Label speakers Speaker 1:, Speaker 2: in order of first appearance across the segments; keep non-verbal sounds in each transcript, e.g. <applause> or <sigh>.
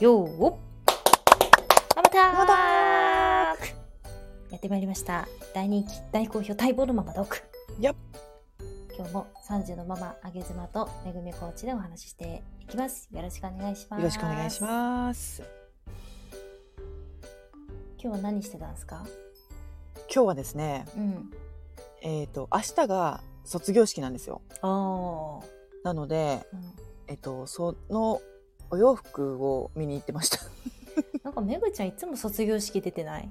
Speaker 1: よーおアバター
Speaker 2: アバタ
Speaker 1: やってまいりました大人気大好評待望のママドック
Speaker 2: やっ
Speaker 1: 今日も30のママあげずまとめぐみコーチでお話ししていきますよろしくお願いします
Speaker 2: よろしくお願いし
Speaker 1: す
Speaker 2: ます。
Speaker 1: 今日は何してたんですか
Speaker 2: 今日はですね、
Speaker 1: うん
Speaker 2: えっ、と明日が卒業式なんですよ。
Speaker 1: ああ、
Speaker 2: なので、
Speaker 1: うん
Speaker 2: えっ、とそのお洋服を見に行ってま <laughs> した。
Speaker 1: なんかめぐちゃんいつも卒業式出てない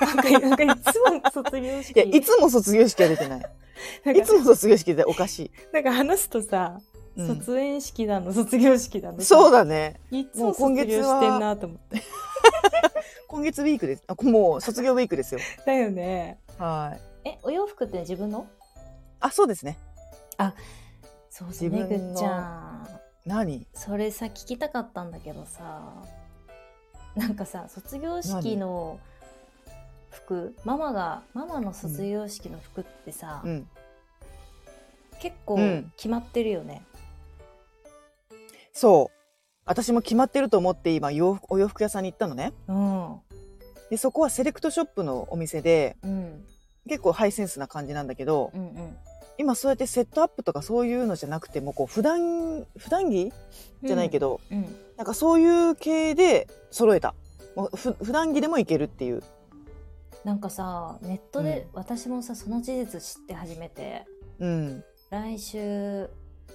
Speaker 1: なんかなんかいつも卒業式 <laughs>
Speaker 2: いやいつも卒業式は出 <laughs> てない。
Speaker 1: なんか
Speaker 2: いつも卒業式でおかしい。
Speaker 1: なんか話すとさ、
Speaker 2: うん
Speaker 1: 卒園式だの卒業式だの
Speaker 2: そうだね。
Speaker 1: いつ
Speaker 2: も
Speaker 1: も
Speaker 2: う今
Speaker 1: 卒業
Speaker 2: 月
Speaker 1: し
Speaker 2: は
Speaker 1: てんなと思って
Speaker 2: 今月ウィークです。あもう卒業ウィークですよ。
Speaker 1: だよね
Speaker 2: はい。
Speaker 1: えお洋服って自分の
Speaker 2: あそうですね。
Speaker 1: そう
Speaker 2: そう
Speaker 1: め
Speaker 2: め
Speaker 1: ぐ
Speaker 2: ぐ
Speaker 1: ち
Speaker 2: ち
Speaker 1: ゃ
Speaker 2: ゃ
Speaker 1: ん
Speaker 2: 何？
Speaker 1: それさ聞きたかったんだけどさなんかさ卒業式の服ママがママの卒業式の服ってさ、
Speaker 2: うん。
Speaker 1: 結構
Speaker 2: うん
Speaker 1: 決まってるよね、
Speaker 2: そう。私も決まってると思って今洋服お洋服屋さんに行ったのね。
Speaker 1: うん、うん
Speaker 2: でそこはセレクトショップのお店で
Speaker 1: うん
Speaker 2: 結構ハイセンスな感じなんだけど、
Speaker 1: うん
Speaker 2: 今そうやってセットアップとかそういうのじゃなくてもこう普段普段着じゃないけ
Speaker 1: ど、
Speaker 2: ど、
Speaker 1: うん
Speaker 2: なんかそういう系で揃えたもうふ普段着でもいけるっていう
Speaker 1: なんかさネットで私もさその事実知って初めて、
Speaker 2: うん
Speaker 1: 来週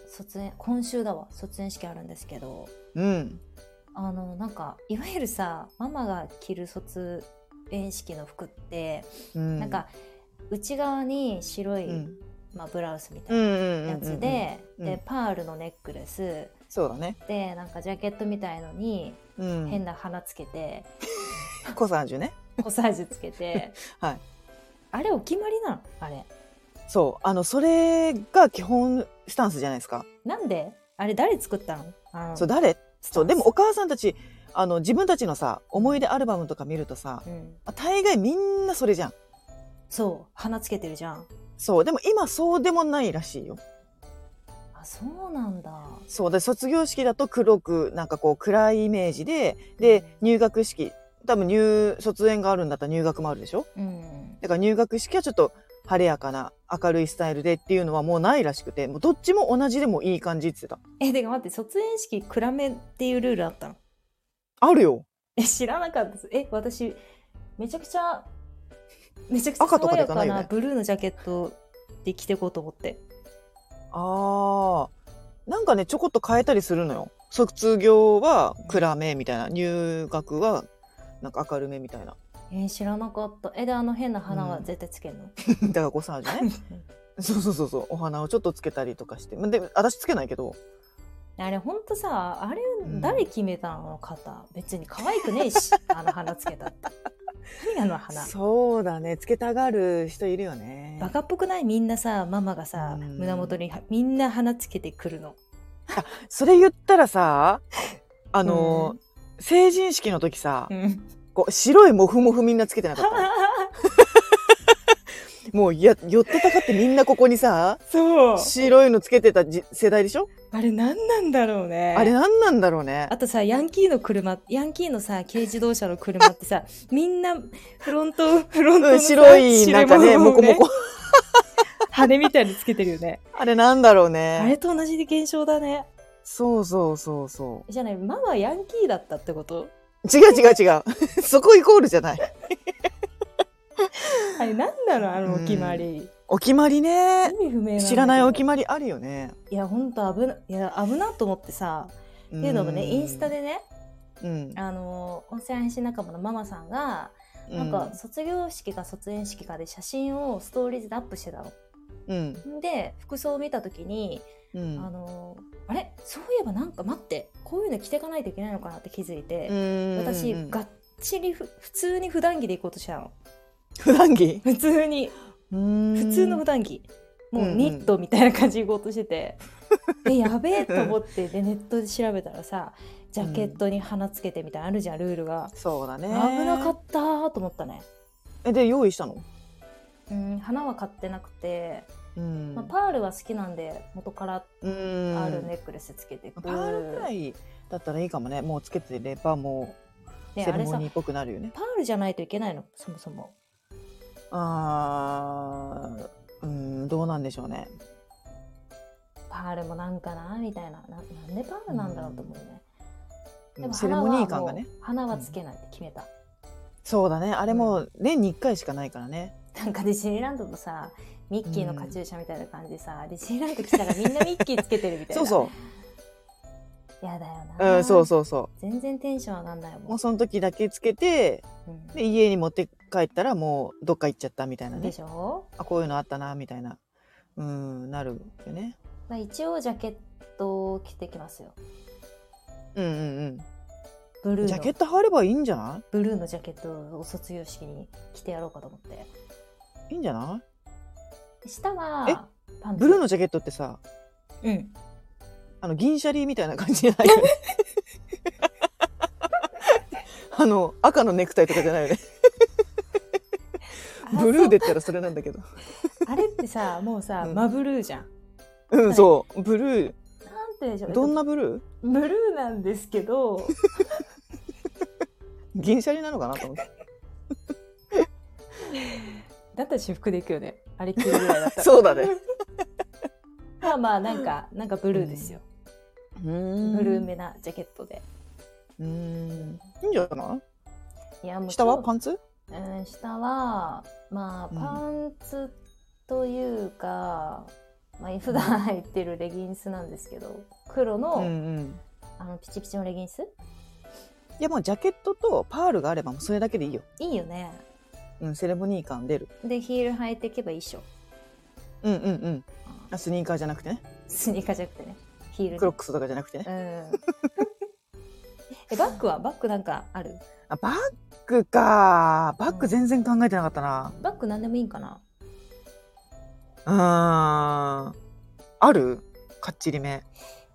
Speaker 1: 卒園今週だわ卒園式あるんですけど
Speaker 2: うん
Speaker 1: あのなんかいわゆるさママが着る卒園式の服って、
Speaker 2: うん
Speaker 1: なんか内側に白い、
Speaker 2: うん
Speaker 1: まあ、ブラウスみた
Speaker 2: う
Speaker 1: い
Speaker 2: ん
Speaker 1: な
Speaker 2: う
Speaker 1: や
Speaker 2: ん
Speaker 1: つ
Speaker 2: うんうん
Speaker 1: で、
Speaker 2: うんうん
Speaker 1: でパールのネックレス
Speaker 2: そうだね、
Speaker 1: でなんかジャケットみたいのに
Speaker 2: うん、
Speaker 1: 変な花つけて、
Speaker 2: コサージュね
Speaker 1: コサージュつけて
Speaker 2: <laughs> はい
Speaker 1: あれお決まりなのあれ
Speaker 2: そうあのそれが基本スタンスじゃないですか、
Speaker 1: なんであれ誰作ったのあの
Speaker 2: そう誰そうでもお
Speaker 1: ス
Speaker 2: 母さんたちあの自分たちのさ思い出アルバムとか見ると
Speaker 1: タン
Speaker 2: さ
Speaker 1: スうん、
Speaker 2: 大概みんなそれじゃん
Speaker 1: そう花つけてるじゃん
Speaker 2: そうでも今そうでもないらしいよ
Speaker 1: あそうなんだ
Speaker 2: そうで卒業式だと黒くなんかこう暗いイメージでで入学式多分入卒園があるんだったら入学もあるでしょ
Speaker 1: うん
Speaker 2: だから入学式はちょっと晴れやかな明るいスタイルでっていうのはもうないらしくてもうどっちも同じでもいい感じって言って
Speaker 1: えてか待って卒園式暗めっていうルールあったの
Speaker 2: たあるよ
Speaker 1: え知らなかったですえ私めちゃくちゃめちゃくちゃ
Speaker 2: 赤と
Speaker 1: 爽
Speaker 2: か
Speaker 1: や
Speaker 2: でかな
Speaker 1: か
Speaker 2: いよね
Speaker 1: なブルーのジャケットで着てこうと思って
Speaker 2: あーなんかねちょこっと変えたりするのよ卒業は暗めみたいな入学はなんか明るめみた <laughs> いな
Speaker 1: え知らなかったえであの変な花は
Speaker 2: うん
Speaker 1: 絶対つけるの、
Speaker 2: だから5歳じゃね <laughs> そうそうそうそうお花をちょっとつけたりとかしてまで私つけないけど
Speaker 1: あれほんとさあれ
Speaker 2: うん
Speaker 1: 誰決めたのあの方別に可愛くねえ
Speaker 2: <laughs>
Speaker 1: しあの花つけたって何あの花
Speaker 2: そうだねつけたがる人いるよね
Speaker 1: バカっぽくないみんなさママがさ
Speaker 2: うん
Speaker 1: 胸元にはみんな花つけてくるの
Speaker 2: それ言ったらさあの、成人式の時さ、
Speaker 1: うん
Speaker 2: こう白いモフモフみんなつけてなかったもうや寄ってたかってみんなここにさ
Speaker 1: <laughs>
Speaker 2: <laughs>
Speaker 1: そう
Speaker 2: 白いのつけてたじ世代でしょ
Speaker 1: あれ何なんだろうね
Speaker 2: あれ何なんだろうね
Speaker 1: あとさヤンキーの車ヤンキーのさ軽自動車の車って
Speaker 2: <laughs>
Speaker 1: さみんなフロントフロント
Speaker 2: う
Speaker 1: の
Speaker 2: ん
Speaker 1: さ
Speaker 2: 白いなんかね
Speaker 1: 白
Speaker 2: モ
Speaker 1: 物を
Speaker 2: コモコ
Speaker 1: 羽みたいにつけてるよね
Speaker 2: あれなんだろう
Speaker 1: あれ
Speaker 2: <laughs> ね
Speaker 1: と同じ現象だね
Speaker 2: そうそうそうそ
Speaker 1: じゃないママヤンキーだったってこと
Speaker 2: う違う違う違う <laughs> そこイコールじゃない
Speaker 1: あれ何なのあのお決まり、
Speaker 2: お決まりね
Speaker 1: 意味不明
Speaker 2: 知らないお決
Speaker 1: ま
Speaker 2: まりあるよね
Speaker 1: りいやほんと危ないや危なと思ってさ
Speaker 2: って
Speaker 1: っていうのもねインスタ、でね
Speaker 2: うん、
Speaker 1: あの音声配信仲間のママさんが、なんか卒業式か卒園式かで写真をストーリーズでアップしてたの
Speaker 2: うん、
Speaker 1: で服装を見た時に
Speaker 2: うんうん
Speaker 1: あのあれそういえばなんか待ってこういうの着てかないといけないのかなって気づいて、私
Speaker 2: 私
Speaker 1: がっちりふ普通に普段着で行こうとしたの
Speaker 2: 普段着
Speaker 1: 普通に普
Speaker 2: 普
Speaker 1: 通の普段着もうニットみたいな感じで行こうとしてて、でやべえと思ってでネットで調べたらさジャケットに花つけてみたいなのあるじゃんルールが、
Speaker 2: そうだね
Speaker 1: 危なかったーと思ったね
Speaker 2: えで用意したの
Speaker 1: うん花は買ってなくて
Speaker 2: うん
Speaker 1: まあ、パールは好きなんで元から
Speaker 2: うん
Speaker 1: あるネックレスつけていく、
Speaker 2: パールぐらいだったらいいかもねもうつけてればもう
Speaker 1: ね
Speaker 2: セ
Speaker 1: あ
Speaker 2: レ
Speaker 1: れ
Speaker 2: モ
Speaker 1: さ
Speaker 2: ニーっぽくなるよね
Speaker 1: パールじゃないといけないのそもそも
Speaker 2: あーうんどうなんでしょうね
Speaker 1: パールもなんかなみたいなななんでパールなんだろうと思うね、
Speaker 2: うん
Speaker 1: でも
Speaker 2: セレ
Speaker 1: 花はも
Speaker 2: モニ
Speaker 1: う
Speaker 2: ー感がね
Speaker 1: 花はつけないって決めた、
Speaker 2: そうだねあれも年に1回しかないからね、
Speaker 1: なんかディズニーランドとさミッキーのカチューシャみたいな感じでさ、ディズニーランド来たらみんなミッキーつけてるみたいな
Speaker 2: <laughs> そうそう
Speaker 1: やだよ
Speaker 2: う、
Speaker 1: な、
Speaker 2: うん、そうそうそ
Speaker 1: 全然テンション上がんないうも
Speaker 2: も
Speaker 1: ん
Speaker 2: うその時だけつけて
Speaker 1: うん
Speaker 2: で家に持って帰ったらもうどっか行っちゃったみたいな
Speaker 1: で
Speaker 2: ね
Speaker 1: しょ、
Speaker 2: あこういうのあったなみたいなうんなるよね
Speaker 1: まあ、一応ジャケットを着てきますよ
Speaker 2: うんうん
Speaker 1: ブ
Speaker 2: う
Speaker 1: ル
Speaker 2: ん
Speaker 1: ー
Speaker 2: ジャケッ
Speaker 1: の
Speaker 2: ト貼ればいいんじゃな
Speaker 1: ブルーのジャケットを卒業式に着てやろうかと思って
Speaker 2: いいいんじゃない
Speaker 1: で下はパンツ
Speaker 2: ブルーのジャケットってさ
Speaker 1: うん
Speaker 2: あの銀シャリみたいな感じじ <laughs> ゃないよねあの赤のネクタイとかじゃないよねブルーで言ったらそれなんだけど
Speaker 1: あれってさ <laughs> もうさ、
Speaker 2: うん
Speaker 1: マブルーじゃん
Speaker 2: う
Speaker 1: は
Speaker 2: ん
Speaker 1: い
Speaker 2: そうブル
Speaker 1: なんて言うんでしょう
Speaker 2: ーどんなブルー
Speaker 1: ブルーなんですけど
Speaker 2: 銀シャリなのかなと思って
Speaker 1: <laughs> だったら私服で行くよねあれ着るぐらいだ <laughs> ったら
Speaker 2: <laughs> そうだね
Speaker 1: まあまあなんかなんかブルーですよ、
Speaker 2: ブル
Speaker 1: ブルーめなジャケットで
Speaker 2: うんいいんじゃない
Speaker 1: やもう
Speaker 2: い下は
Speaker 1: 超
Speaker 2: パンツ
Speaker 1: うん、下はま
Speaker 2: う
Speaker 1: あパ
Speaker 2: ん
Speaker 1: ンツというか、まあ、普段入ってるレギンスなんですけど黒の,、
Speaker 2: うんうん
Speaker 1: あのピチピチのレギンス
Speaker 2: いやもうジャケットとパールがあればもうそれだけでいいよ
Speaker 1: いいよね
Speaker 2: うんセレモニー感出る
Speaker 1: でヒール履いていけばいいっしょ
Speaker 2: うんうんうんあスニーカーじゃなくてね
Speaker 1: スニーカーじゃなくてねヒールね
Speaker 2: クロックスとかじゃなくてね
Speaker 1: うんえバッグはバッグなんかある
Speaker 2: あバッグかバッグ全然考えてなかったな
Speaker 1: バッグ何でもいいんかな
Speaker 2: うーんあるかっちりめ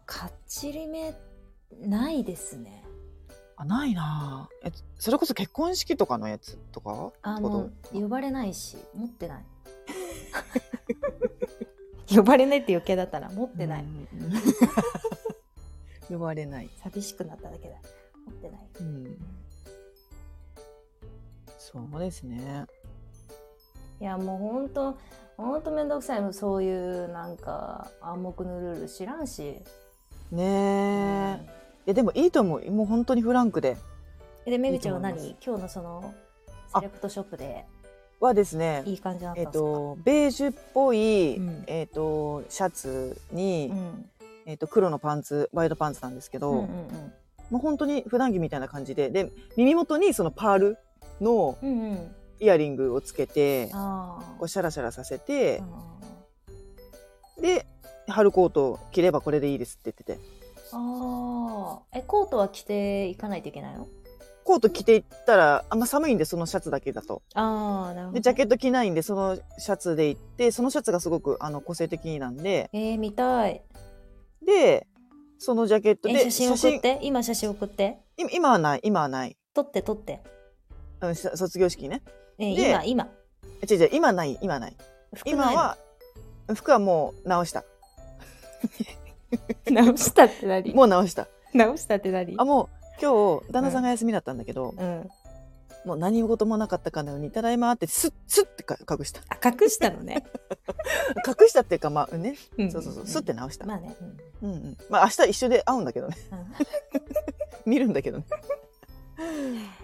Speaker 1: かっちりめないですね
Speaker 2: あないなえそれこそ結婚式とかのやつとか
Speaker 1: あ
Speaker 2: って
Speaker 1: の
Speaker 2: こと
Speaker 1: 呼ばれないし持ってない <laughs> 呼ばれないって余計だったら持ってない、
Speaker 2: うん <laughs> うん呼ばれない、
Speaker 1: 寂しくなっただけだ持ってない
Speaker 2: うん、そうですね
Speaker 1: いやもうほんとほんとめんどくさいもうそういうなんか暗黙のルール知らんし、
Speaker 2: ねえいやでもいいと思うもう本当にフランクで
Speaker 1: うんでめぐちゃんはい
Speaker 2: い
Speaker 1: 何
Speaker 2: と思い
Speaker 1: 今日のその
Speaker 2: あ
Speaker 1: セレクトショップで
Speaker 2: はですね
Speaker 1: いい感じだった
Speaker 2: え
Speaker 1: ん
Speaker 2: っ、
Speaker 1: ですか、
Speaker 2: とベージュっぽい、
Speaker 1: うん
Speaker 2: えっ、とシャツに、
Speaker 1: うん
Speaker 2: えっ、と黒のパンツワイドパンツなんですけど、
Speaker 1: うんうん
Speaker 2: もう本当に普段着みたいな感じでで耳元にそのパールの
Speaker 1: うんうんうん
Speaker 2: イヤリングをつけて
Speaker 1: ああ
Speaker 2: こうシャラシャラさせて
Speaker 1: うん、
Speaker 2: で春コートを着ればこれでいいですって言ってて
Speaker 1: あーえコートは着ていかないといけないの
Speaker 2: コート着ていったらあんま寒いんでそのシャツだけだと
Speaker 1: ああなるほど
Speaker 2: でジャケット着ないんでそのシャツで行ってそのシャツがすごくあの個性的なんで
Speaker 1: えー、見たい
Speaker 2: でそのジャケット
Speaker 1: え
Speaker 2: で
Speaker 1: 写真送って今写真送って
Speaker 2: 今今はない今はない、
Speaker 1: 撮って撮って、
Speaker 2: うん、し卒業式ね
Speaker 1: え
Speaker 2: で
Speaker 1: 今今
Speaker 2: 違う違う今ない今ない
Speaker 1: 服
Speaker 2: 今
Speaker 1: ないの
Speaker 2: は服はもう直した
Speaker 1: <laughs> 直したって何
Speaker 2: もう直した
Speaker 1: 直したって何
Speaker 2: あもう今日旦那さんが休みだったんだけど、
Speaker 1: うん、
Speaker 2: もう何事もなかったかのように「ただいま」ってスッスッってか
Speaker 1: <laughs>
Speaker 2: 隠した
Speaker 1: あ隠したの
Speaker 2: <laughs>
Speaker 1: ね、
Speaker 2: 隠したっていうかまあね
Speaker 1: ん
Speaker 2: そうそうそうスッて直した、
Speaker 1: まあね、うん
Speaker 2: うんうん、まあ明日一緒で会うんだけどね <laughs> 見るんだ
Speaker 1: <laughs>
Speaker 2: けどね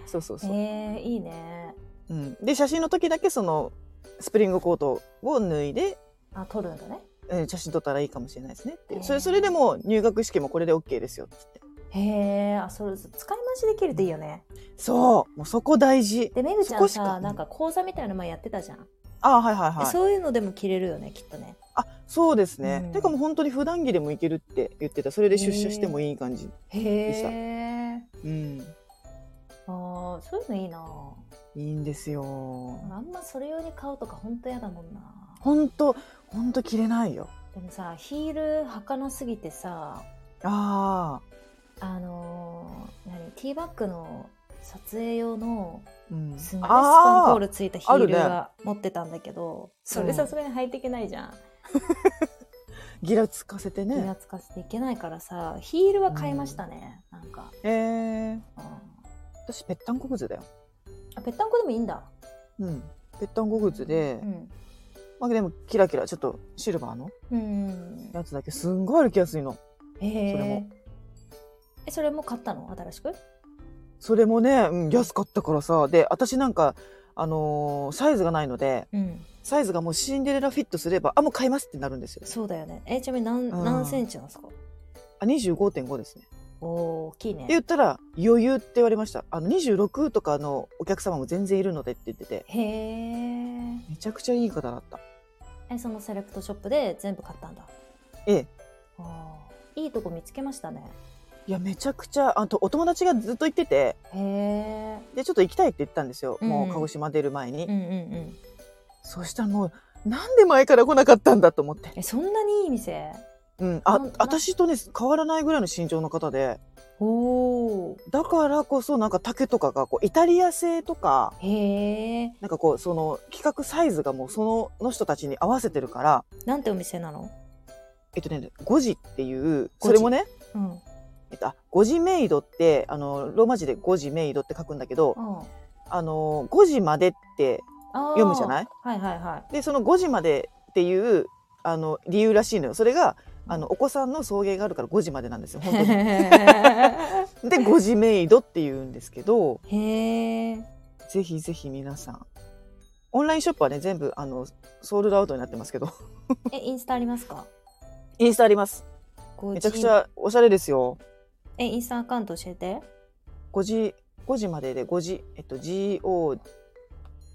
Speaker 2: そうそうそう、
Speaker 1: えー、いいね
Speaker 2: うん、で写真の時だけそのスプリングコートを脱いで、
Speaker 1: あ撮るんだね
Speaker 2: うん、写真撮ったらいいかもしれないですねっていう
Speaker 1: へー
Speaker 2: それそれでもう入学式もこれで OK ですよっつって
Speaker 1: へえあそれ使い回しできるといいよね
Speaker 2: そうもうそこ大事
Speaker 1: でめぐちゃ
Speaker 2: そこ
Speaker 1: ん
Speaker 2: しか
Speaker 1: さなんか講座みたいなの前やってたじゃん、
Speaker 2: ああはいはいはい
Speaker 1: そういうのでも着れるよねきっとね
Speaker 2: あそうですね、
Speaker 1: うん
Speaker 2: てかもう本当に普段着でもいけるって言ってたそれで出社してもいい感じ、
Speaker 1: へ
Speaker 2: した
Speaker 1: え
Speaker 2: うん
Speaker 1: あーそういうのいいない
Speaker 2: いんですよ
Speaker 1: あんまそれ用に買うとかほんとやだもんな
Speaker 2: 本当本当着れないよ
Speaker 1: でもさヒール履かなすぎてさ
Speaker 2: あ
Speaker 1: あのー、何ティーバッグの撮影用の
Speaker 2: あうん
Speaker 1: すんごいスパンコー
Speaker 2: あ
Speaker 1: ルついたヒール
Speaker 2: あ
Speaker 1: が持ってたんだけど、それさすがに履いていけないじゃん、
Speaker 2: ギラつかせて
Speaker 1: 気
Speaker 2: ね
Speaker 1: がつかせていけないからさヒールは買いましたね、なんか、
Speaker 2: えー、
Speaker 1: うん、
Speaker 2: 私ぺったんこ靴だよ
Speaker 1: あぺったんこでもいいんだ
Speaker 2: うんぺったんこ靴で、
Speaker 1: うん
Speaker 2: まあでもキラキラちょっとシルバーの
Speaker 1: うん
Speaker 2: やつだけすんごい歩きやすいの
Speaker 1: えー、
Speaker 2: それも
Speaker 1: えそれも買ったの新しく
Speaker 2: それもね、うん、安かったからさで私なんかあのーサイズがないので
Speaker 1: うん
Speaker 2: サイズがもうシンデレラフィットすればあもう買いますってなるんですよ
Speaker 1: そうだよねえちなみに何,、
Speaker 2: うん
Speaker 1: 何センチなんですか
Speaker 2: あ25.5ですね
Speaker 1: おー大きいね
Speaker 2: って言ったら余裕って言われましたあの26とかのお客様も全然いるのでって言ってて
Speaker 1: へー
Speaker 2: めちゃくちゃいい方だった
Speaker 1: えそのセレクトショップで全部買ったんだ
Speaker 2: ええ
Speaker 1: あーいいとこ見つけましたね
Speaker 2: いやめちゃくちゃあとお友達がずっと行ってて
Speaker 1: へえ
Speaker 2: でちょっと行きたいって言ったんですよ、
Speaker 1: うん
Speaker 2: もう鹿児島出る前に、
Speaker 1: うんうんうん
Speaker 2: そしたらもうなんで前から来なかったんだと思って、
Speaker 1: えそんなにいい店
Speaker 2: うん、あ
Speaker 1: なな
Speaker 2: 私とね変わらないぐらいの身長の方で
Speaker 1: おー
Speaker 2: だからこそなんか竹とかがこうイタリア製とか
Speaker 1: へえ
Speaker 2: なんかこうその企画サイズがもうそのの人たちに合わせてるから
Speaker 1: なんてお店なの
Speaker 2: えっとね5時っていう
Speaker 1: 時
Speaker 2: それもね
Speaker 1: うん
Speaker 2: えっと、あ5時メイドってあのローマ字で5時メイドって書くんだけど
Speaker 1: あ
Speaker 2: あの5時までって
Speaker 1: 読
Speaker 2: 読むじゃない
Speaker 1: はいはいは
Speaker 2: でその5時までっていうあの理由らしいのよそれがあのお子さんの送迎があるから5時までなんですよ本当に。
Speaker 1: い
Speaker 2: で5時メイドっていうんですけど
Speaker 1: <laughs> へえ
Speaker 2: ぜひぜひ皆さんオンラインショップはね全部あのソールドアウトになってますけど
Speaker 1: えインスタありますか
Speaker 2: インスタあります
Speaker 1: ご
Speaker 2: めちゃくち
Speaker 1: じ
Speaker 2: ゃおしゃれですよ
Speaker 1: えインスタアカウント教えて
Speaker 2: 5時5時までで5時えっと GO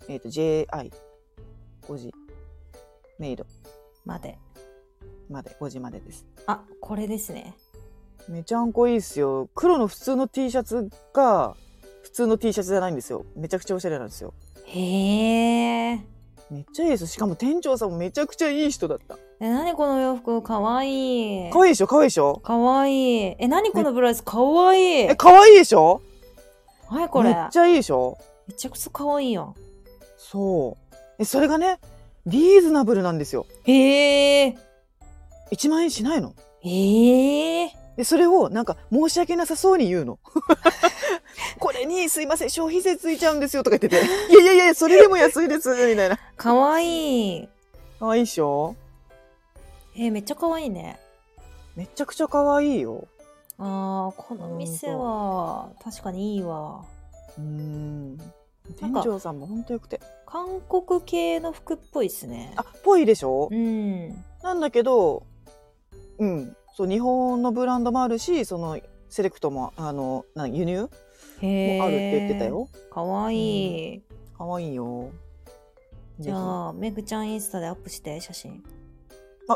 Speaker 2: えっと JI5 時メイド
Speaker 1: まで
Speaker 2: まで5時までです
Speaker 1: あこれですね
Speaker 2: めちゃんこいいっすよ黒の普通の T シャツが普通の T シャツじゃないんですよめちゃくちゃおしゃれなんですよ
Speaker 1: へえ
Speaker 2: めっちゃいいですしかも店長さんもめちゃくちゃいい人だった
Speaker 1: え何この洋服かわいい
Speaker 2: 可愛いでしょ可愛いでしょ
Speaker 1: かわいいえ何このブラウスかわいい
Speaker 2: え可愛いでしょ
Speaker 1: はいこれ
Speaker 2: めっ
Speaker 1: め
Speaker 2: ちゃいいでしょ
Speaker 1: ちゃくちゃかわいいやん
Speaker 2: そうえそれがねリーズナブルなんですよ
Speaker 1: へえ
Speaker 2: 1万円しないの
Speaker 1: ええ
Speaker 2: でそれをなんか申し訳なさそうに言
Speaker 1: <laughs>
Speaker 2: うのこれに「すいません消費税ついちゃうんですよ」とか言ってて「いやいやいやそれでも安いです」みたいな
Speaker 1: かわいい
Speaker 2: 可愛いでしょ
Speaker 1: えめっちゃかわいいね
Speaker 2: めちゃくちゃ可愛いよ
Speaker 1: あーこの店は確かにいいわ
Speaker 2: うーん
Speaker 1: なん
Speaker 2: 店
Speaker 1: か
Speaker 2: 長さんもほんとよくて
Speaker 1: 韓国系の服っぽいっすね
Speaker 2: あぽいでしょ
Speaker 1: うん
Speaker 2: なんだけどうんそう日本のブランドもあるしそのセレクトもあのなん輸入も
Speaker 1: へえ
Speaker 2: あるって言ってたよ
Speaker 1: かわいい、
Speaker 2: 可愛いよ
Speaker 1: じ
Speaker 2: ぜひあ
Speaker 1: ゃあめぐちゃんインスタでアップして写真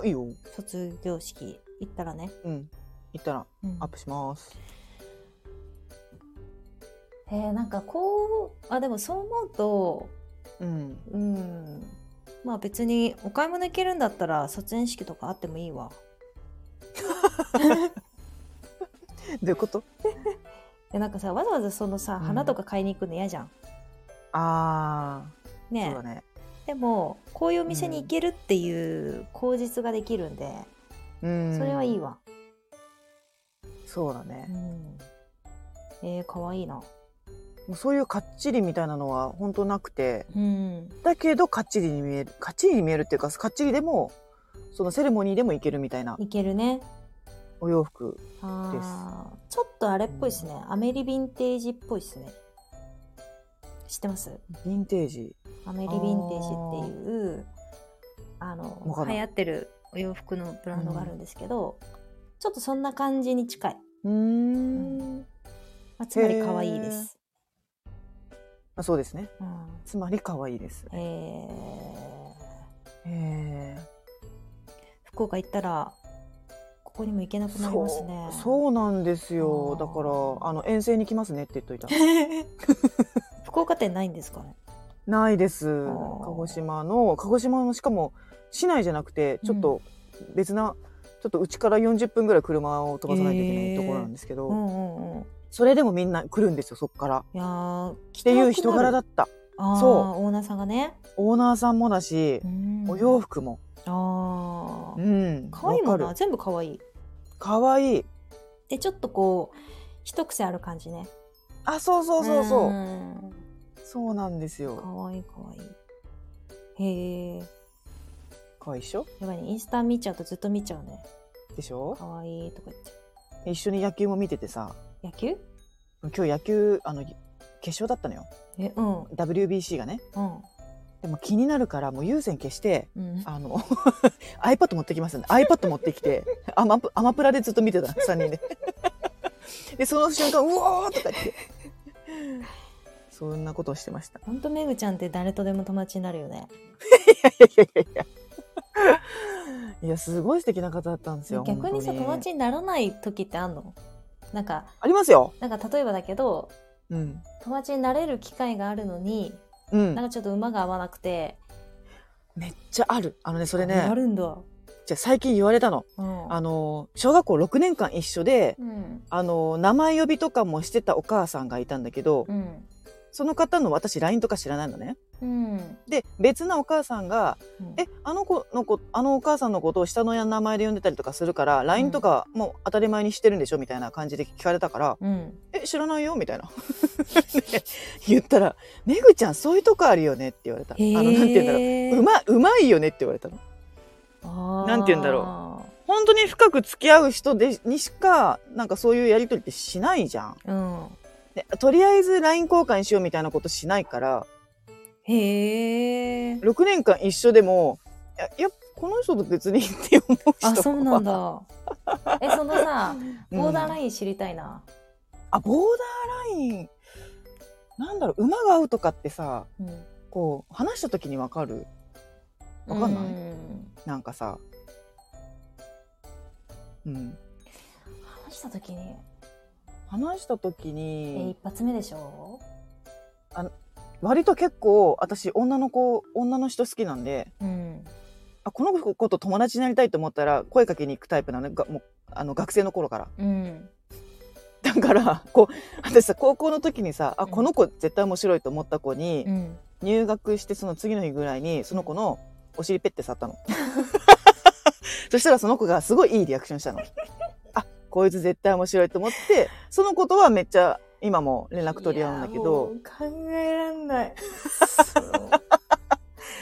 Speaker 2: いいよ
Speaker 1: 卒業式行ったらね、
Speaker 2: うん行ったら
Speaker 1: うん
Speaker 2: アップします
Speaker 1: えーなんかこうあでもそう思うと
Speaker 2: うん
Speaker 1: うんまあ別にお買い物行けるんだったら卒園式とかあってもいいわ
Speaker 2: どういうこと
Speaker 1: でなんかさわざわざそのさ
Speaker 2: うん
Speaker 1: 花とか買いに行くの嫌じゃん、
Speaker 2: ああ
Speaker 1: ね
Speaker 2: そうだね。
Speaker 1: でもこういうお店に行けるっていう口実ができるんで、
Speaker 2: うん
Speaker 1: それはいい。わ、
Speaker 2: そうだね。
Speaker 1: えー、かわいいな
Speaker 2: もうそういうかっちりみたいなのは本当なくて、
Speaker 1: うん
Speaker 2: だけどかっちりに見える、かっちりに見えるっていうか、かっちりでも、そのセレモニーでもいけるみたいな
Speaker 1: 行けるね
Speaker 2: お洋服。
Speaker 1: あーちょっとあれっぽいですね、アメリヴィンテージっぽいですね知ってます
Speaker 2: ヴィンテージ。
Speaker 1: アメリヴィンテージっていうあ
Speaker 2: わ
Speaker 1: の
Speaker 2: かんな
Speaker 1: 流
Speaker 2: い
Speaker 1: 行ってるお洋服のブランドがあるんですけど、ちょっとそんな感じに近い、
Speaker 2: うーん。
Speaker 1: まあ、つまり可愛いです、
Speaker 2: あそうですね。
Speaker 1: うん
Speaker 2: つまり可愛いです。
Speaker 1: えー
Speaker 2: へえ。
Speaker 1: 福岡行ったらここにも行けなくなりますね
Speaker 2: そうそうなんですよ。
Speaker 1: あ
Speaker 2: だ
Speaker 1: ー
Speaker 2: から、あの、遠征に来ますねって言っといた。
Speaker 1: <laughs> 福岡店ないんですかね
Speaker 2: ないです。
Speaker 1: ー
Speaker 2: 鹿児島の、鹿児島のしかも市内じゃなくて、ちょっと別な、ちょっとうちから40分ぐらい車を飛ばさないといけないところなんですけど、
Speaker 1: うんうんうん
Speaker 2: それでもみんな来るんですよ、そこから。っ
Speaker 1: いやー来
Speaker 2: ていう人柄だ
Speaker 1: っ
Speaker 2: った。
Speaker 1: た
Speaker 2: そう
Speaker 1: オーナーさんがね、
Speaker 2: オーナーさんもだし、
Speaker 1: うん
Speaker 2: お洋服も。
Speaker 1: あ
Speaker 2: う
Speaker 1: あ
Speaker 2: ん。
Speaker 1: 可愛いもん
Speaker 2: わか
Speaker 1: な
Speaker 2: る。
Speaker 1: 全部可愛い
Speaker 2: 可愛い
Speaker 1: でちょっとこう一癖ある感じね
Speaker 2: あ、そうそうそうそう。
Speaker 1: ん
Speaker 2: そうなんですよ。
Speaker 1: 可愛い可愛いへえや
Speaker 2: 可愛いっしょ
Speaker 1: っぱりインスタ見ちゃうとずっと見ちゃうね
Speaker 2: でしょ
Speaker 1: 可愛いとか言っちゃう
Speaker 2: 一緒に野球も見ててさ、
Speaker 1: 野球
Speaker 2: 今日野球、あの、決勝だったのよ。
Speaker 1: えうん
Speaker 2: WBC がね。
Speaker 1: うん
Speaker 2: でも気になるから、もう優先消して、
Speaker 1: うん
Speaker 2: あの、iPad 持ってきますんで、iPad 持ってきて、アマプアマプラでずっと見てた、3人で。 <laughs> で、その瞬間、うおーとか言って。そんなことをしてました。 <laughs>
Speaker 1: ほんとめぐちゃんって誰とでも友達になるよね
Speaker 2: いやいやいやいや。いや、すごい素敵な方だったんですよ。
Speaker 1: 逆にさ
Speaker 2: 本当
Speaker 1: 友達にならない時ってあんのなんか
Speaker 2: ありますよ。
Speaker 1: なんか例えばだけど
Speaker 2: うん。
Speaker 1: 友達になれる機会があるのに
Speaker 2: うん
Speaker 1: なん。かちょっと馬が合わなくて
Speaker 2: めっちゃある。あのね、それね
Speaker 1: あ、るんだ
Speaker 2: じゃあ最近言われたの。
Speaker 1: うん
Speaker 2: あの、小学校6年間一緒で、
Speaker 1: うん
Speaker 2: あの、名前呼びとかもしてたお母さんがいたんだけど、
Speaker 1: うん
Speaker 2: その方の私 LINE とか知らないのね。
Speaker 1: うん
Speaker 2: で、別なお母さんが、
Speaker 1: うん
Speaker 2: え、あの子の子、あのお母さんのことを下の名前で呼んでたりとかするから、LINE とかもう当たり前にしてるんでしょみたいな感じで聞かれたから、
Speaker 1: うん
Speaker 2: え、知らないよみたいな。 <laughs> で言ったら、めぐちゃんそういうとこあるよねって言われた。あ
Speaker 1: へー
Speaker 2: の、なんて言うんだろう。うま、うまいよねって言われたの。
Speaker 1: あー
Speaker 2: なんて言うんだろ本当に深く付き合う人でにしかなんかそういうやり取りってしないじゃん。
Speaker 1: うん
Speaker 2: でとりあえず LINE 交換しようみたいなことしないから
Speaker 1: へえ
Speaker 2: 6年間一緒でもいやいやこの人と別にって思う人は
Speaker 1: あそうなんだえそのさ
Speaker 2: うん
Speaker 1: ボーダーライン知りたいな、
Speaker 2: あボーダーラインなんだろう馬が合うとかってさ
Speaker 1: うん、
Speaker 2: こう話した時にわかるわかんない
Speaker 1: うん
Speaker 2: なんかさうん
Speaker 1: 話した時に
Speaker 2: 話した時
Speaker 1: え
Speaker 2: に
Speaker 1: 一発目でしょ
Speaker 2: 割と結構私女の子女の人好きなんで
Speaker 1: うん
Speaker 2: あこの子と友達になりたいと思ったら声かけに行くタイプなのねがもうあの学生の頃から
Speaker 1: うん
Speaker 2: だからこう私さ高校の時にさあ
Speaker 1: うん
Speaker 2: この子絶対面白いと思った子に
Speaker 1: うん
Speaker 2: 入学してその次の日ぐらいにその子のお尻ペッて触ったの <laughs> そしたらその子がすごいいいリアクションしたのあこいつ絶対面白いと思ってその子とはめっちゃ今も連絡取り合うんだけど
Speaker 1: いや
Speaker 2: も
Speaker 1: もう考えらんない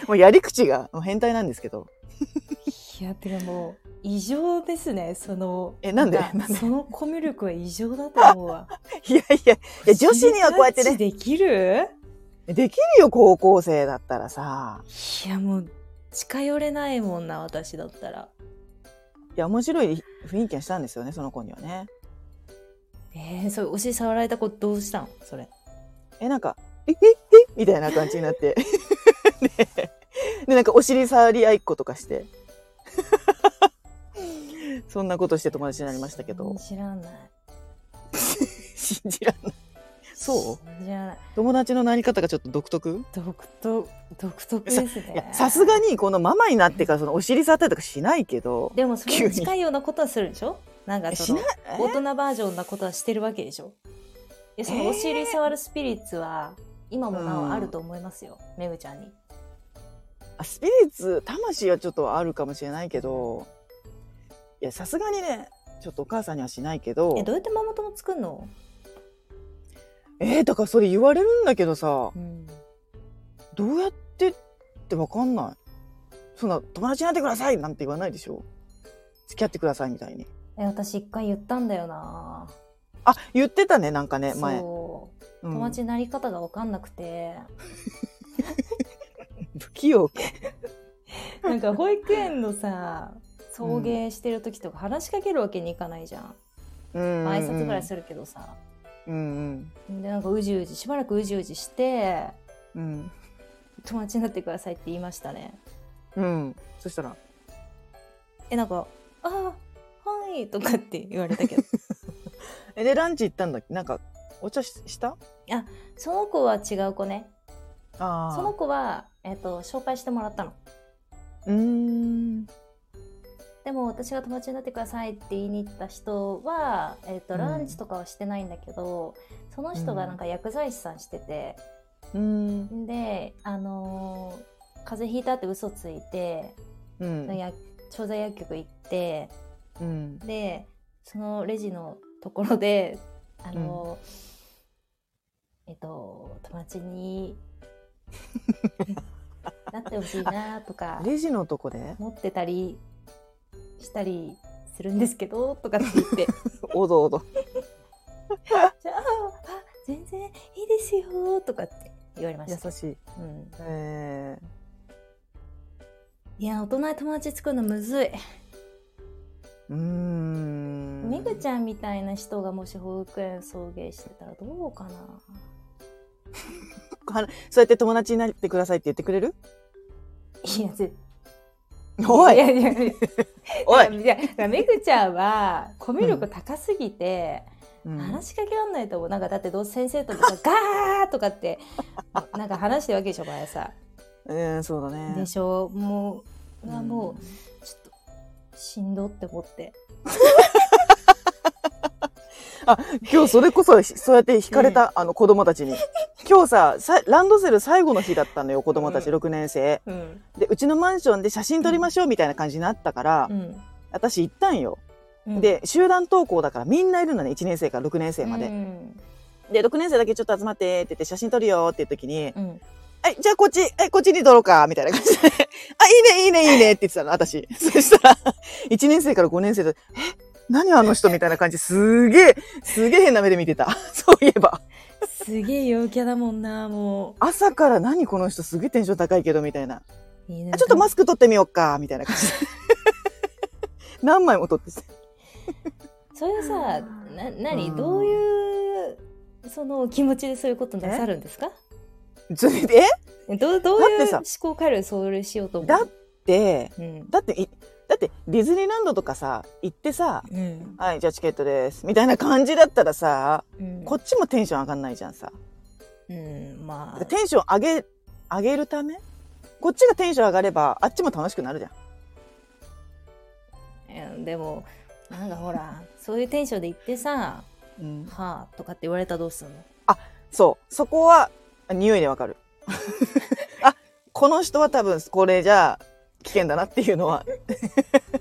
Speaker 2: うやり口がもう変態なんですけど
Speaker 1: いやてかもう異常ですねその
Speaker 2: えなんで
Speaker 1: か
Speaker 2: なんで
Speaker 1: そのコミュ力は異常だと思うわ
Speaker 2: いやいやいや女子にはこうやって
Speaker 1: 知
Speaker 2: ね
Speaker 1: り合いできる
Speaker 2: できるよ高校生だったらさ
Speaker 1: いやもう近寄れないもんな私だったら
Speaker 2: いや面白い雰囲気がしたんですよねその子にはね
Speaker 1: えー、それお尻触られた子どうしたのそれ
Speaker 2: えなんか「えええみたいな感じになって <laughs> ででなんかお尻触り合いっことかして <laughs> そんなことして友達になりましたけど
Speaker 1: 知らない
Speaker 2: 信じらんないそう
Speaker 1: 信じらない
Speaker 2: 友達のなり方がちょっと独特
Speaker 1: 独特独特です
Speaker 2: い
Speaker 1: ね
Speaker 2: やさすがにこのママになってからそのお尻触ったりとかしないけど
Speaker 1: でもそれ
Speaker 2: 急
Speaker 1: に
Speaker 2: に
Speaker 1: 近いようなことはするでしょなんか
Speaker 2: え
Speaker 1: そ
Speaker 2: し
Speaker 1: の
Speaker 2: ない
Speaker 1: 大人バージョンなことはしてるわけでしょいやそのお尻触るスピリッツは今もなおあると思いますよ、めぐちゃんに
Speaker 2: あスピリッツ魂はちょっとあるかもしれないけどいやさすがにねちょっとお母さんにはしないけど
Speaker 1: えどうやってママ友作んの、
Speaker 2: えー、だからそれ言われるんだけどさ
Speaker 1: うん、
Speaker 2: どうやってってわかんないそんな友達になってくださいなんて言わないでしょ付き合ってくださいみたいに
Speaker 1: え私一回言ったんだよな
Speaker 2: あ言ってたねなんかね前、
Speaker 1: そう
Speaker 2: うん
Speaker 1: 友達になり方が分かんなくて、
Speaker 2: 不器用
Speaker 1: なんか保育園の
Speaker 2: <laughs>
Speaker 1: さ送迎してる時とか話しかけるわけにいかないじゃん、
Speaker 2: う
Speaker 1: <laughs>
Speaker 2: ん
Speaker 1: まあ挨拶ぐらいするけどさ
Speaker 2: うんうん
Speaker 1: でなんかうじうじしばらくうじうじして
Speaker 2: うん、
Speaker 1: 友達になってくださいって言いましたね
Speaker 2: うん、そしたら
Speaker 1: えなんか「ああはい」とかって言われた
Speaker 2: <laughs>
Speaker 1: けど
Speaker 2: えでランチ行ったんだっけなんかお茶しした
Speaker 1: その子は違う子ね
Speaker 2: ああ
Speaker 1: その子は、えっと紹介してもらったの
Speaker 2: うーん
Speaker 1: でも私が友達になってくださいって言いに行った人は、えっと
Speaker 2: うん
Speaker 1: ランチとかはしてないんだけど、その人がなんか薬剤師さんしてて、
Speaker 2: うん
Speaker 1: であのー風邪ひいたって嘘ついて
Speaker 2: うん。
Speaker 1: や調剤薬局行って
Speaker 2: うん。
Speaker 1: でそのレジのところであの、えっと友達になってほしいなと
Speaker 2: <laughs>
Speaker 1: か
Speaker 2: レジのとこで
Speaker 1: 思ってたりしたりするんですけどとかって言
Speaker 2: <laughs>
Speaker 1: って
Speaker 2: おどおど。
Speaker 1: じゃあ、あ、全然いいですよとかって言われま
Speaker 2: 優
Speaker 1: した。
Speaker 2: しい。
Speaker 1: うん、
Speaker 2: えー、
Speaker 1: いや、大人に友達作るのむずい。
Speaker 2: うーん。
Speaker 1: めぐちゃんみたいな人がもし保育園送迎してたらどうかな。
Speaker 2: はそうやって友達になってくださいって言ってくれる
Speaker 1: いや、絶
Speaker 2: おい
Speaker 1: やいや
Speaker 2: <laughs>
Speaker 1: いや
Speaker 2: おい、
Speaker 1: いや、だからめぐちゃんはコミュ力高すぎて、
Speaker 2: うん
Speaker 1: 話しかけらんないと思う。なんかだってどうせ先生とかガーとかって、なんか話してるわけでしょ、前さ。
Speaker 2: えーそうだね。
Speaker 1: でしょ、もう、うわ、
Speaker 2: ん
Speaker 1: もう、ちょっと、しんどって思って。
Speaker 2: 今日それ
Speaker 1: <laughs>
Speaker 2: こそひそうやって惹かれた、あの子供たちに今日ささランドセル最後の日だったのよ子供たち
Speaker 1: うん
Speaker 2: 6年生、
Speaker 1: うん。
Speaker 2: でうちのマンションで写真撮りましょうみたいな感じになったから、私行ったんよ、
Speaker 1: うん。
Speaker 2: で集団登校だからみんないるのね1年生から6年生ま
Speaker 1: う
Speaker 2: で、
Speaker 1: ん
Speaker 2: で6年生だけちょっと集まってって言って写真撮るよっていう時に
Speaker 1: うん、
Speaker 2: 「はいじゃあこっちはいこっちに撮ろうか」みたいな感じで <laughs> 「あいいねいいねいいね」って言ってたの私 <laughs> そしたら1年生から5年生で「え何あの人」みたいな感じすげえすげえ変な目で見てた <laughs> そういえば。
Speaker 1: すげえ陽キャだもんなも
Speaker 2: 朝から何この人すげえテンション高いけどみたいな。
Speaker 1: ういいね
Speaker 2: あちょっとマスク取ってみようかみたいな感じで。 <laughs> 何枚も取ってて。
Speaker 1: それはさな何、
Speaker 2: うん
Speaker 1: どういうその気持ちでそういうことなさるんですか
Speaker 2: ずえ
Speaker 1: どうどう
Speaker 2: だっ
Speaker 1: い
Speaker 2: て
Speaker 1: う
Speaker 2: さ
Speaker 1: 思考回路でそれしようと思う
Speaker 2: だって、
Speaker 1: うん
Speaker 2: だってい、だってディズニーランドとかさ、行ってさ、
Speaker 1: うん
Speaker 2: はい、じゃあチケットです。みたいな感じだったらさ、
Speaker 1: うん
Speaker 2: こっちもテンション上がんないじゃんさ。
Speaker 1: うんまあ
Speaker 2: テンション上げ、上げるためこっちがテンション上がれば、あっちも楽しくなるじゃん。
Speaker 1: うんでもなんかほらそういうテンションで行ってさ
Speaker 2: うん
Speaker 1: 「はあ」とかって言われたらどうすん
Speaker 2: <laughs>
Speaker 1: の
Speaker 2: そう。そこは、匂いでわ <laughs> かる。あ、この人は多分これじゃ危険だなっていうのは、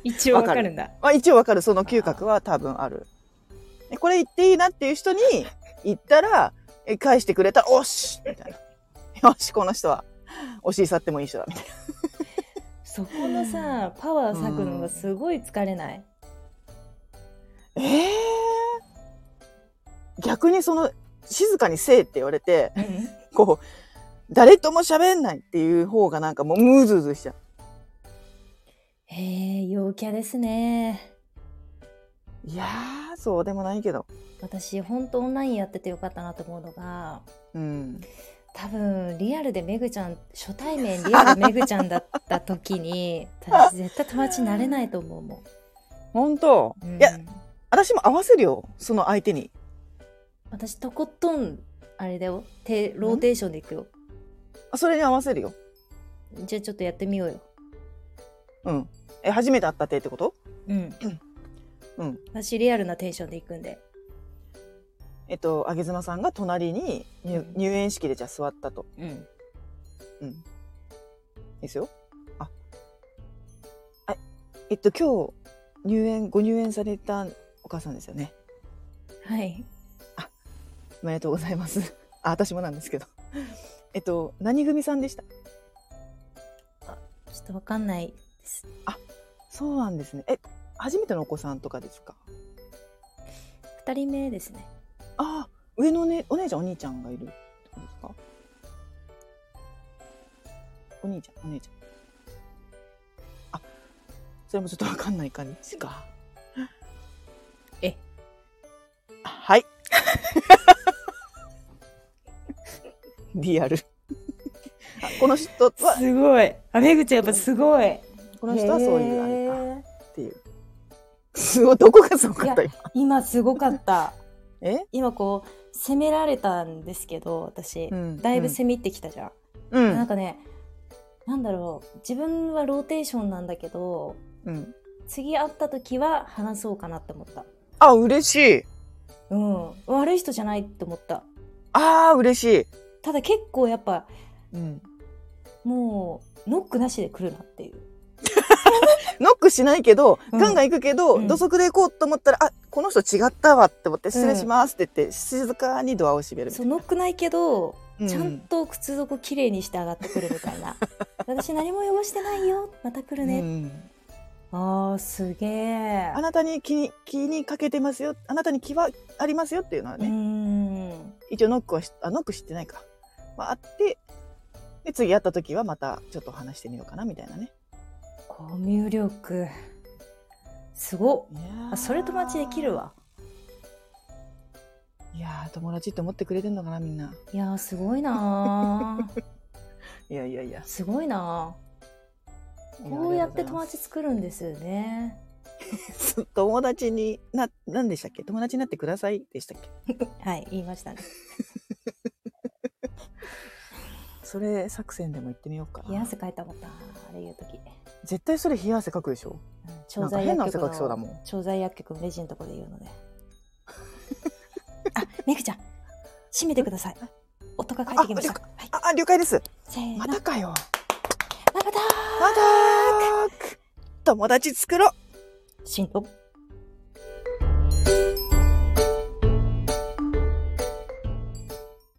Speaker 1: 一応わかるんだ
Speaker 2: まあ一応わかる。その嗅覚は多分ある。えこれ言っていいなっていう人に言ったら、え返してくれたら、おっしみたいな。よし、この人は、お尻去ってもいい人だ。みたい
Speaker 1: そこのさパワー割くのがすごい疲れない、
Speaker 2: な。ええー逆にその、静かにせえって言われて、こう、誰とも喋んないっていう方がなんかもうムズムズしちゃう。
Speaker 1: <laughs> へえ陽キャですね
Speaker 2: いやー、そうでもないけど。
Speaker 1: 私本当オンラインやっててよかったなと思うのが
Speaker 2: うん。
Speaker 1: 多分リアルでめぐちゃん初対面リアルめぐちゃんだった時に私絶対友達になれないと思うも
Speaker 2: 本当、
Speaker 1: ん、うん
Speaker 2: いや私も合わせるよその相手に
Speaker 1: 私とことんあれだよてローテーションでいくよ
Speaker 2: あそれに合わせるよ
Speaker 1: じゃあちょっとやってみようよ
Speaker 2: うんえ初めて会った手ってこと
Speaker 1: うん、
Speaker 2: うん
Speaker 1: 私リアルなテンションでいくんで
Speaker 2: えっとあげずまさんが隣に入,、
Speaker 1: うん
Speaker 2: 入園式でじゃあ座ったと
Speaker 1: うん
Speaker 2: うんですよああえっと今日入園ご入園されたお母さんですよね
Speaker 1: はい
Speaker 2: おめでとうございます <laughs> あ私もなんですけど <laughs> えっと何組さんでした
Speaker 1: ちょっとわかんないです
Speaker 2: そうなんですねえ初めてのお子さんとかですか
Speaker 1: 2人目ですね
Speaker 2: ああ上のお,、ね、お姉ちゃんお兄ちゃんがいるってことですかお兄ちゃんお姉ちゃんあそれもちょっとわかんない感じ <laughs> か
Speaker 1: え
Speaker 2: あはい <laughs> リアル <laughs> あこの人は
Speaker 1: ごいあめぐちゃんやっぱすごい
Speaker 2: この人はそういうあれかっていうすごい <laughs> どこがすごかった今
Speaker 1: 今すごかった
Speaker 2: え、
Speaker 1: 今こう責められたんですけど私、
Speaker 2: ん
Speaker 1: だいぶ攻めってきたじゃん、
Speaker 2: うんう
Speaker 1: なん
Speaker 2: ん
Speaker 1: かねなんだろう自分はローテーションなんだけど
Speaker 2: うん
Speaker 1: 次会った時は話そうかなって思った
Speaker 2: あ嬉しい
Speaker 1: うん悪い人じゃないって思った
Speaker 2: あー嬉しい、
Speaker 1: ただ結構やっぱ
Speaker 2: うん
Speaker 1: もうノックなしで来るなっていう
Speaker 2: ノックしないけど、
Speaker 1: うん
Speaker 2: ガンガン行くけど、
Speaker 1: うん
Speaker 2: 土足で行こうと思ったら、あ、この人違ったわって思って、失礼しますって言って、静かにドアを閉めるみた
Speaker 1: そ
Speaker 2: いう
Speaker 1: ノックないけど、
Speaker 2: な。
Speaker 1: ちゃ
Speaker 2: うん
Speaker 1: と靴底きれいにして上がってくるみたい <laughs> な私何も汚してないよまた来るね、
Speaker 2: うん
Speaker 1: あーすげえ
Speaker 2: あなたに気に気にかけてますよあなたに気はありますよっていうのは
Speaker 1: う
Speaker 2: ね、
Speaker 1: ん
Speaker 2: 一応ノックはしあノックしてないか、まあ、あってで次会った時はまたちょっと話してみようかなみたいなね
Speaker 1: コミュ力すごっ
Speaker 2: いやー
Speaker 1: あそれ友達できるわ
Speaker 2: いやー友達って思ってくれてんのかなみんない
Speaker 1: やーすごいな <laughs> ー
Speaker 2: いやいやいや
Speaker 1: すごいなーこうやって友達作るんですよね
Speaker 2: 達 <laughs> 友達にな何でしたっけ友達になってくださいでしたっけ
Speaker 1: はい言いましたね
Speaker 2: それ作戦でも言ってみようかな
Speaker 1: 冷や汗かいたことあるあれ言う時
Speaker 2: 絶対それ冷や汗かくでしょ
Speaker 1: うん調
Speaker 2: なんか
Speaker 1: 剤
Speaker 2: 変な
Speaker 1: 薬
Speaker 2: 汗
Speaker 1: 局
Speaker 2: かきそうだ
Speaker 1: の
Speaker 2: もん
Speaker 1: 調剤薬局のレジのとこで言うのであめぐちゃん閉めてください夫が帰ってきました
Speaker 2: あ了
Speaker 1: はい
Speaker 2: ああ了解です
Speaker 1: せーの
Speaker 2: ま
Speaker 1: また
Speaker 2: たかよ
Speaker 1: また
Speaker 2: またー友達作ろう
Speaker 1: しんど